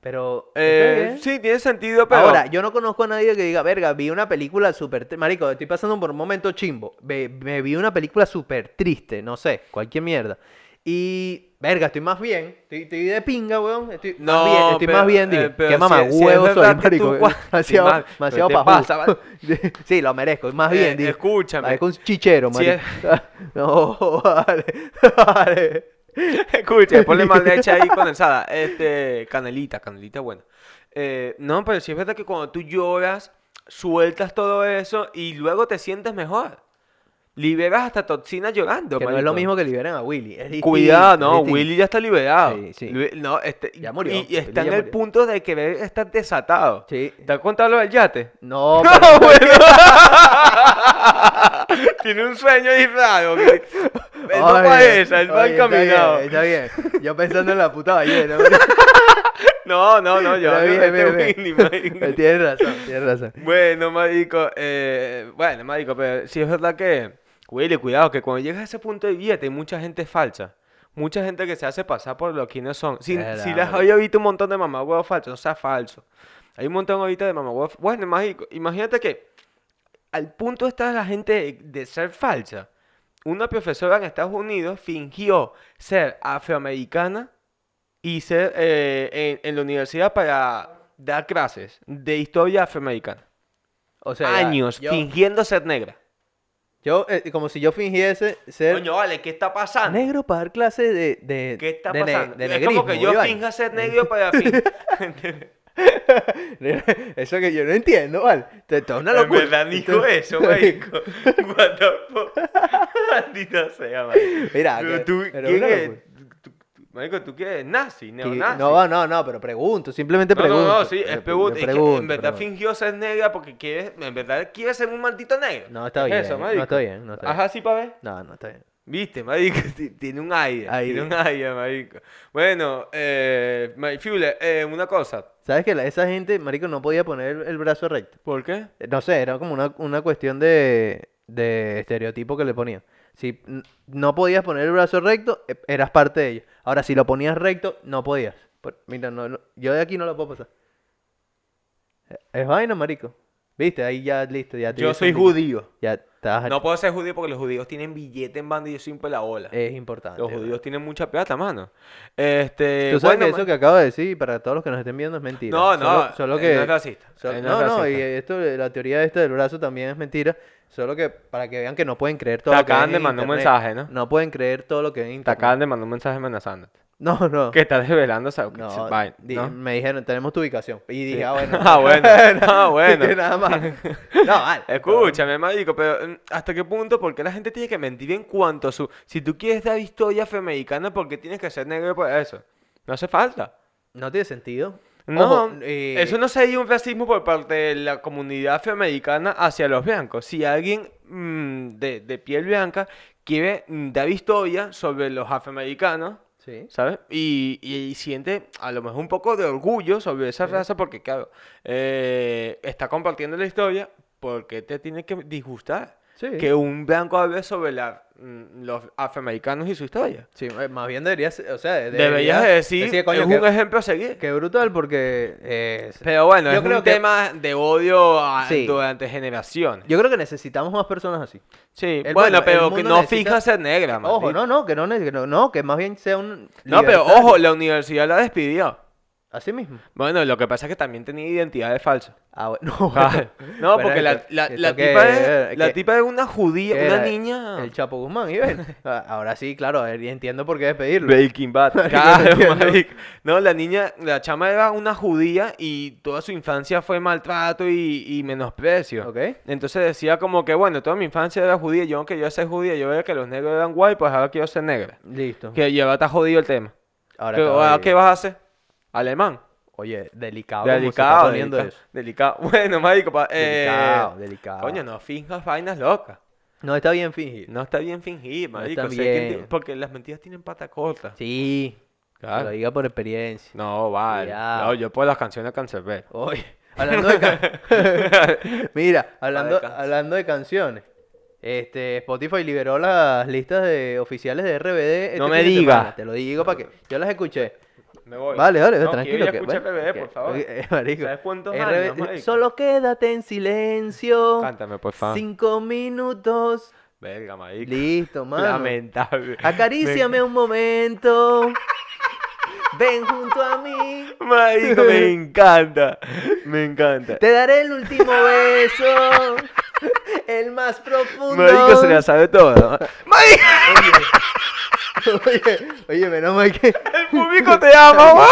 Pero. está
Eh,
bien.
sí, tiene sentido, pero...
Ahora, yo no conozco a nadie que diga, verga, vi una película súper... tri- Marico, estoy pasando por un momento chimbo. Ve- Me, vi una película súper triste, no sé, cualquier mierda. Y, verga, estoy más bien. Estoy, estoy de pinga, weón. Estoy
No,
más bien, estoy
pero-
más bien. digo,
eh, pero
qué
si-
mamá,
si es
huevo soy,
verdad que tú [LAUGHS]
marico.
cua-
Demasiado,
Sí, ma- pero
demasiado
te
pajú.
pasa, vale.
[LAUGHS] sí, lo merezco, más Ah, bien. ah,
Eh,
digo.
escúchame. [LAUGHS]
Parezco un chichero,
Si
marico. [LAUGHS]
es-
No, vale, [LAUGHS] vale.
Escucha, ponle más leche ahí
[LAUGHS]
condensada. Este, canelita, canelita buena. Eh, no, pero sí es verdad que cuando tú lloras, sueltas todo eso y luego te sientes mejor. Liberas hasta toxina llorando.
Que no es lo
marico.
mismo que liberan a Willy. es distinto,
Cuidado,
es
no,
distinto.
Willy ya está liberado.
Sí, sí.
Lu- No, este,
Ya murió,
Y, y
Willy
está
ya
en el
murió.
punto de querer estar desatado. [LAUGHS]
Sí.
¿Te has contado lo del yate?
No,
¡No,
pero-
bueno! [LAUGHS] Tiene un sueño ahí raro. que- [LAUGHS] Él no
Oye,
parece, él va
oye, está bien,
encaminado.
Está bien,
[LAUGHS]
Yo pensando en la puta ballena. [LAUGHS]
No, no, no, yo
Está
hablo
bien,
de este
bien,
Winnie,
bien.
[LAUGHS] marico.
Eh, Tienes razón, tienes razón.
Bueno, marico, eh, bueno, marico, pero sí es verdad que, Willy, cuidado, que cuando llegas a ese punto de billete hay mucha gente falsa. Mucha gente que se hace pasar por lo que no son. Si,
Verdad,
si las
marico.
había visto un montón de mamagüeos falsos, no sea falso. Hay un montón ahorita de mamagüeos. Bueno, marico, imagínate que al punto está la gente de, de ser falsa. Una profesora en Estados Unidos fingió ser afroamericana y ser eh, en, en la universidad para dar clases de historia afroamericana
O sea, ya,
años
Yo,
fingiendo ser negra.
yo, eh, como si yo fingiese ser
Coño, vale, ¿qué está pasando?
negro para dar clases de, de.
¿Qué está
de ne-
pasando?
de
es
negrismo,
como que yo
Iván.
finja ser negro para
[LAUGHS]
fingir.
Eso que yo no entiendo, ¿vale? Esto esto es una
en
locura.
verdad dijo
Esto-
[LAUGHS] eso,
[LAUGHS]
marico. What the fuck. Maldita sea, marico.
Mira,
Pero
que-
tú,
pero
¿quién
una
es?
locura.
Tú- tú- Marico, ¿tú qué eres? ¿Nazi?
Que-
¿Neonazi?
No, no, no, pero pregunto, simplemente
No,
pregunto.
no, no, sí,
Pre-
es
yo
pregunta. Es que
pregunto,
en verdad
pregunto.
fingió ser negra porque quiere, en verdad quiere ser un maldito negro.
No, está
Es
bien,
Eso,
no
marico.
está bien, no está bien.
Ajá, sí, pa' ver.
No, no, está bien.
Viste, marico, [LAUGHS] ti- tiene un aire,
Aire.
tiene un aire, marico. Bueno, eh, Mike Fuller, eh, una cosa.
¿Sabes que la- esa gente, marico, no podía poner el brazo recto?
¿Por qué?
Eh, No sé, era como una, una cuestión de, de estereotipo que le ponían. Si n- no podías poner el brazo recto, e- eras parte de ellos. Ahora, si lo ponías recto, no podías. Por- mira, no, no- yo de aquí no lo puedo pasar. Eh, Es vaina, marico. Viste, ahí ya listo. Ya te
Yo
hubiese
soy
entendido.
judío.
Ya estás.
No puedo ser judío porque los judíos tienen billete en banda y yo soy un pelabola.
Es importante.
los
¿verdad?
judíos tienen mucha plata, mano. Este,
Tú sabes
bueno,
que eso
ma-
que acabo de decir, para todos los que nos estén viendo, es mentira.
No, no,
Solo, solo
él
que,
no es racista,
so-
él no
no,
es
no, y eh,
racista.
esto, de la teoría esta del brazo también es mentira. Solo que para que vean que no pueden creer todo
Te
lo que ven
acaban de
en
mandar un
internet.
mensaje, ¿no?
No pueden creer todo lo que ven en
te
internet.
acaban de mandar un mensaje amenazándote.
No,
[LAUGHS]
no.
Que estás desvelando esa
No,
esa [LAUGHS] vaina,
di-
¿no?
me dijeron, tenemos tu ubicación. Y dije,
Sí.
ah, bueno.
[LAUGHS] Ah, bueno,
[LAUGHS]
ah, bueno.
Que
[LAUGHS]
nada más. No, vale.
Escúchame, marico, pero mm, ¿hasta qué punto? Porque la gente tiene que mentir en cuanto a su... Si tú quieres dar historia afroamericana, ¿por qué tienes que ser negro para eso? No hace falta.
No tiene sentido.
No,
Ojo, eh,
eso no sería un racismo por parte de la comunidad afroamericana hacia los blancos. Si alguien mm, de, de piel blanca quiere mm, dar historia sobre los afroamericanos,
Sí.
¿sabes? Y, y siente a lo mejor un poco de orgullo sobre esa raza porque, claro, eh, está compartiendo la historia, ¿por qué te tiene que disgustar?
Sí.
que un blanco hable sobre la- mm, los afroamericanos y su historia.
Sí, eh, más bien debería ser, o sea, de-
Deberías
debería
decir,
coño,
es
qué-
un ejemplo a seguir.
Qué brutal porque... eh,
Pero bueno,
yo
es
creo
un
que-
tema de odio a-
Sí.
durante generaciones.
Yo creo que necesitamos más personas así.
Sí,
El
bueno,
mundo- el
pero que
mundo
no
necesita-
fija ser negra,
Ojo,
maldito.
no, no, que no, ne- que no, no, que más bien sea un...
No, pero
libertario.
ojo, la universidad la despidió.
Así mismo.
Bueno, lo que pasa es que también tenía identidades
[LAUGHS]
falsas.
Ah, bueno. No,
Ah, No,
Bueno,
porque la,
esto-
la,
esto
la
que-
tipa es,
que-
la tipa es una judía,
que
una
era
niña.
El Chapo Guzmán,
[LAUGHS]
y ven. Ah, Ahora sí, claro, eh, entiendo por qué [LAUGHS] despedirlo.
Breaking Bad.
Marico,
Claro,
[LAUGHS] no entiendo.
marico. No, la niña, la chama era una judía y toda su infancia fue maltrato y, y menosprecio.
¿Ok?
Entonces decía como que, bueno, toda mi infancia era judía, yo aunque yo sea judía, yo veía que los negros eran guay, pues ahora quiero ser negra.
Listo.
Que ya está jodido el tema.
Ahora
Que,
estaba
ahora,
ahí.
¿Qué vas a hacer? Alemán.
Oye, delicado. como Ah, se está
Delicado,
poniendo
delicado,
eso.
delicado. [LAUGHS] Bueno, marico, pa- eh,
Delicado, delicado.
Coño, no finjas vainas locas.
No está bien fingir.
No está bien fingir,
No
marico.
está
sé que enti-
bien.
porque las mentiras tienen pata corta.
Sí.
Claro.
Lo diga por experiencia.
No, vale.
Cuidado.
No, yo por las canciones cancerbero.
Oye, hablando
[LAUGHS]
de can- Mira, hablando,
descansar.
hablando de canciones. Este, Spotify liberó las listas de oficiales de RBD. este
No
fin
me
de
diga.
semana. Te lo digo para que. Yo las escuché.
Me voy.
Vale, vale,
pues, No,
tranquilo.
quiero ir a
que-
escuchar
bueno,
RBD,
que-
por favor.
eh, [LAUGHS] marico,
¿Sabes cuántos
RBD,
años, marico?
Solo quédate en silencio.
Cántame, por favor.
Cinco minutos.
Verga, marico.
Listo, mano.
Lamentable.
Acaríciame un momento. Ven junto a mí.
Me- Marico, me encanta. Me encanta.
Te daré el último beso. El más profundo.
Marico se la sabe todo. ¡Marico!
[LAUGHS] oye, oye, menos mal que.
¡El público te
[LAUGHS]
ama, guau.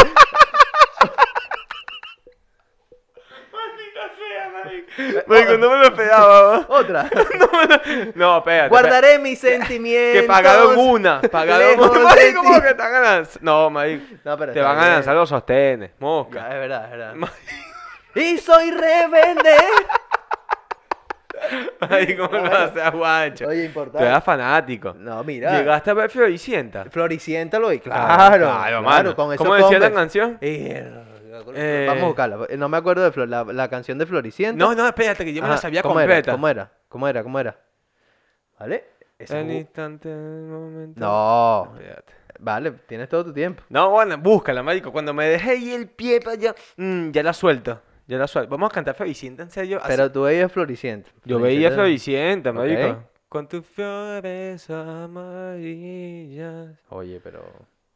Marico, no me lo esperaba, guau. [LAUGHS]
Otra.
No, me lo- no, espérate. espérate.
Guardaré mis sentimientos.
Que pagaron una. Pagaron
lejos
una.
de
Marico,
ti.
¿cómo que te van a lanzar? No, marico.
No, pero
Te
está
van a
bien.
lanzar los sostenes.
Ya,
Mosca.
es verdad, es verdad.
[LAUGHS] Ma-
y soy rebelde.
[LAUGHS] Marico, no lo haces, guacho.
Oye,
Tú eras
importante.
fanático.
No, mira.
Llegaste a ver Floricienta.
Floriciéntalo y
Claro,
claro.
claro, mano.
con esos
¿Cómo decía la
Converse.
canción? Eh.
Eh, Vamos a buscarla. No me acuerdo de Flor- la, la canción de Floricienta.
No, no, espérate, que yo me la
Ajá,
sabía
¿cómo
completa.
Era? ¿Cómo era? ¿Cómo era? ¿Cómo era? ¿Vale? Esa
El
ju-
instante, el momento.
No.
Espérate.
Vale, tienes todo tu tiempo.
No, bueno, búscala, marico. Cuando me dejé ahí el pie para allá, mm, ya la suelto. Ya la suelto. Vamos a cantar Floricienta, en serio. así.
Pero tú veías Floricienta.
Yo veía
Floricienta.
Floricienta,
Ok.
marico. Con tus flores amarillas.
Oye, pero.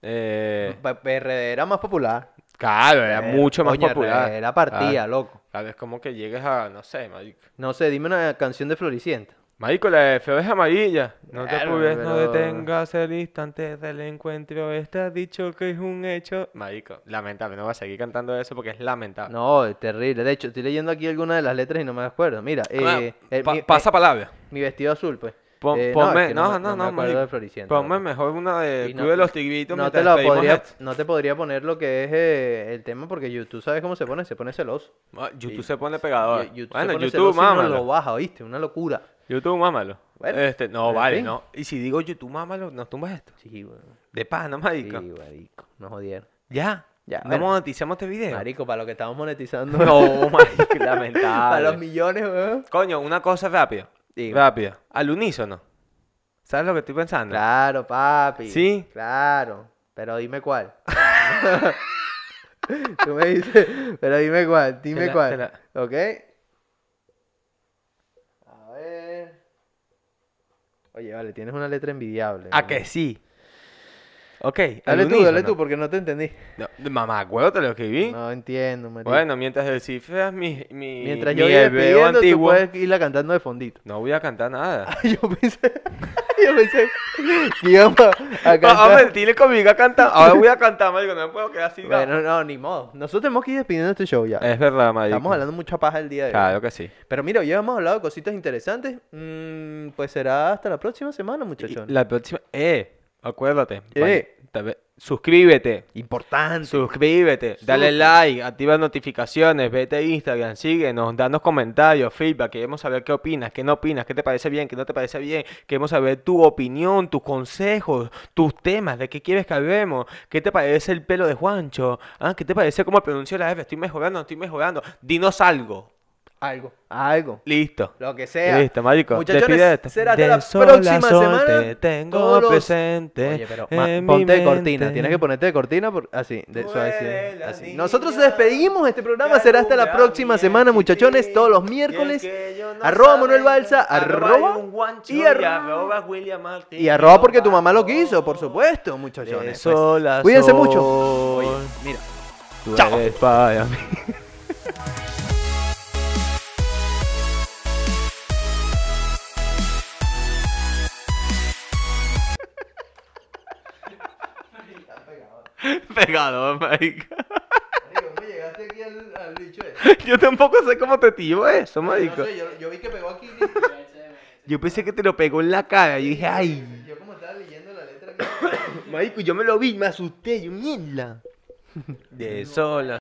Eh,
Pa- PRD era más popular.
claro, era
Eh,
mucho más
coño,
popular.
Era partida,
Ah,
loco.
Claro, es como que llegues a, no sé, marico.
No sé, dime una canción de Floricienta.
Marico, la de Flores Amarillas. No te
Claro,
apures, no
pero-
detengas el instante del encuentro. Está dicho que es un hecho. Marico, lamentable. No voy a seguir cantando eso porque es lamentable.
No, es terrible. De hecho, estoy leyendo aquí alguna de las letras y no me acuerdo. Mira,
Ah,
eh, el-
pa-
mi,
pasa palabra.
mi vestido azul, pues.
Pon-
Eh,
ponme,
es que
no,
me-
no,
me
no,
acuerdo
marico.
de Floricienta,
Ponme
loco.
mejor una de
Y
Club de los Tigritos.
No te,
mientras
la
pedimos
podría,
esto.
no te podría poner lo que es eh, el tema porque YouTube, ¿sabes cómo se pone? Se pone celoso.
Ah, YouTube
Y-
se pone pegador.
Yo- YouTube se
Ah, bueno,
pone
YouTube,
celoso y uno
mámalo.
lo baja, ¿oíste? Una locura.
YouTube, mámalo.
Bueno,
este, no,
en
vale,
fin.
no. Y si digo YouTube, mámalo, nos tumbas esto.
Sí, bueno.
De pana,
Sí,
marico.
marico. Nos jodieron.
Ya.
Ya,
no
bueno.
monetizamos este video.
Marico, para lo que estamos monetizando.
[LAUGHS]
[LAUGHS]
No, marico,
Para los
lamentable.
millones, weón.
Coño, una cosa rápida.
Diga.
Rápida. Al unísono. ¿Sabes lo que estoy pensando?
Claro, papi.
Sí.
Claro. Pero dime cuál. [LAUGHS] Tú me dices, pero dime cuál, dime
Te la-
cuál.
te la-
¿Ok? A ver. Oye, vale, tienes una letra envidiable.
¿A
¿no?
que sí? Ok, al
Dale tú, dale
unísono.
tú, porque no te entendí.
No, mamá, acuérdate lo escribí.
No entiendo, marico.
bueno, mientras descifras mi, mi,
Mientras
mi
yo iba
hebreo
pidiendo,
antiguo,
tú puedes irla cantando de fondito.
no voy a cantar [LAUGHS] nada.
[LAUGHS] yo pensé, yo pensé que íbamos a
No, Ah, a
cantar.
ver, dile conmigo a cantar. Ahora voy a cantar, marico, no me puedo quedar así.
bueno, no, ni modo. Nosotros tenemos que ir despidiendo este show ya.
Es verdad, marico.
Estamos hablando mucha paja el día de hoy.
Claro que sí.
Pero mira, ya hemos hablado de cositas interesantes. Mm, pues será hasta la próxima semana,
Y
muchachos.
la próxima... Eh, acuérdate.
Eh.
vale, tal vez- suscríbete.
Importante.
Suscríbete, dale
Suscríbete.
like, activa notificaciones, vete a Instagram, síguenos, danos comentarios, feedback, queremos saber qué opinas, qué no opinas, qué te parece bien, qué no te parece bien, queremos saber tu opinión, tus consejos, tus temas, de qué quieres que hablemos, qué te parece el pelo de Juancho, ¿Ah? qué te parece cómo pronuncio la F, estoy mejorando, no estoy mejorando, dinos algo.
Algo. Algo.
Listo.
Lo que sea.
Listo, marico.
Muchachones,
despídete.
será hasta
Del
la
sol
próxima
al sol
semana.
Te tengo
Todos los-
presente.
Oye, pero ma-
en mi
ponte de
mente.
cortina. Tienes que ponerte de cortina por- así, de,
Muere
suavecito,
la
así.
niña
Nosotros despedimos este programa.
que
Será hasta la
alumbra
próxima
mi
semana,
chiquitín.
muchachones. Todos los miércoles. arroba Manuel Balsa. Arroba. Y arroba. Y arroba porque tu mamá lo quiso, por supuesto, muchachones. pues. Cuídense mucho. Oye, mira. Chao.
Chao. [LAUGHS] Pegado, marico.
llegaste aquí al, bicho
Yo tampoco sé cómo te tiró eso, marico.
yo, vi que pegó aquí.
Yo pensé que te lo pegó en la cara. Yo dije, ay.
Yo como estaba leyendo
[COUGHS]
la letra [COUGHS]
Marico, yo me lo vi, me asusté. Yo, mierda. De sola.